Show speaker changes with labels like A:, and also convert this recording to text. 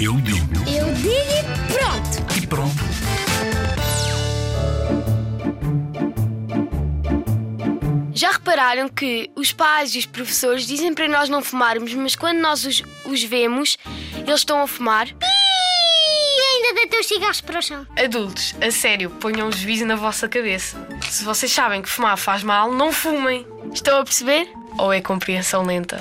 A: Eu digo
B: Eu digo e pronto!
A: e pronto.
C: Já repararam que os pais e os professores dizem para nós não fumarmos, mas quando nós os, os vemos, eles estão a fumar?
B: E ainda deitei os cigarros para o chão.
D: Adultos, a sério, ponham um juízo na vossa cabeça. Se vocês sabem que fumar faz mal, não fumem.
C: Estão a perceber?
D: Ou é compreensão lenta?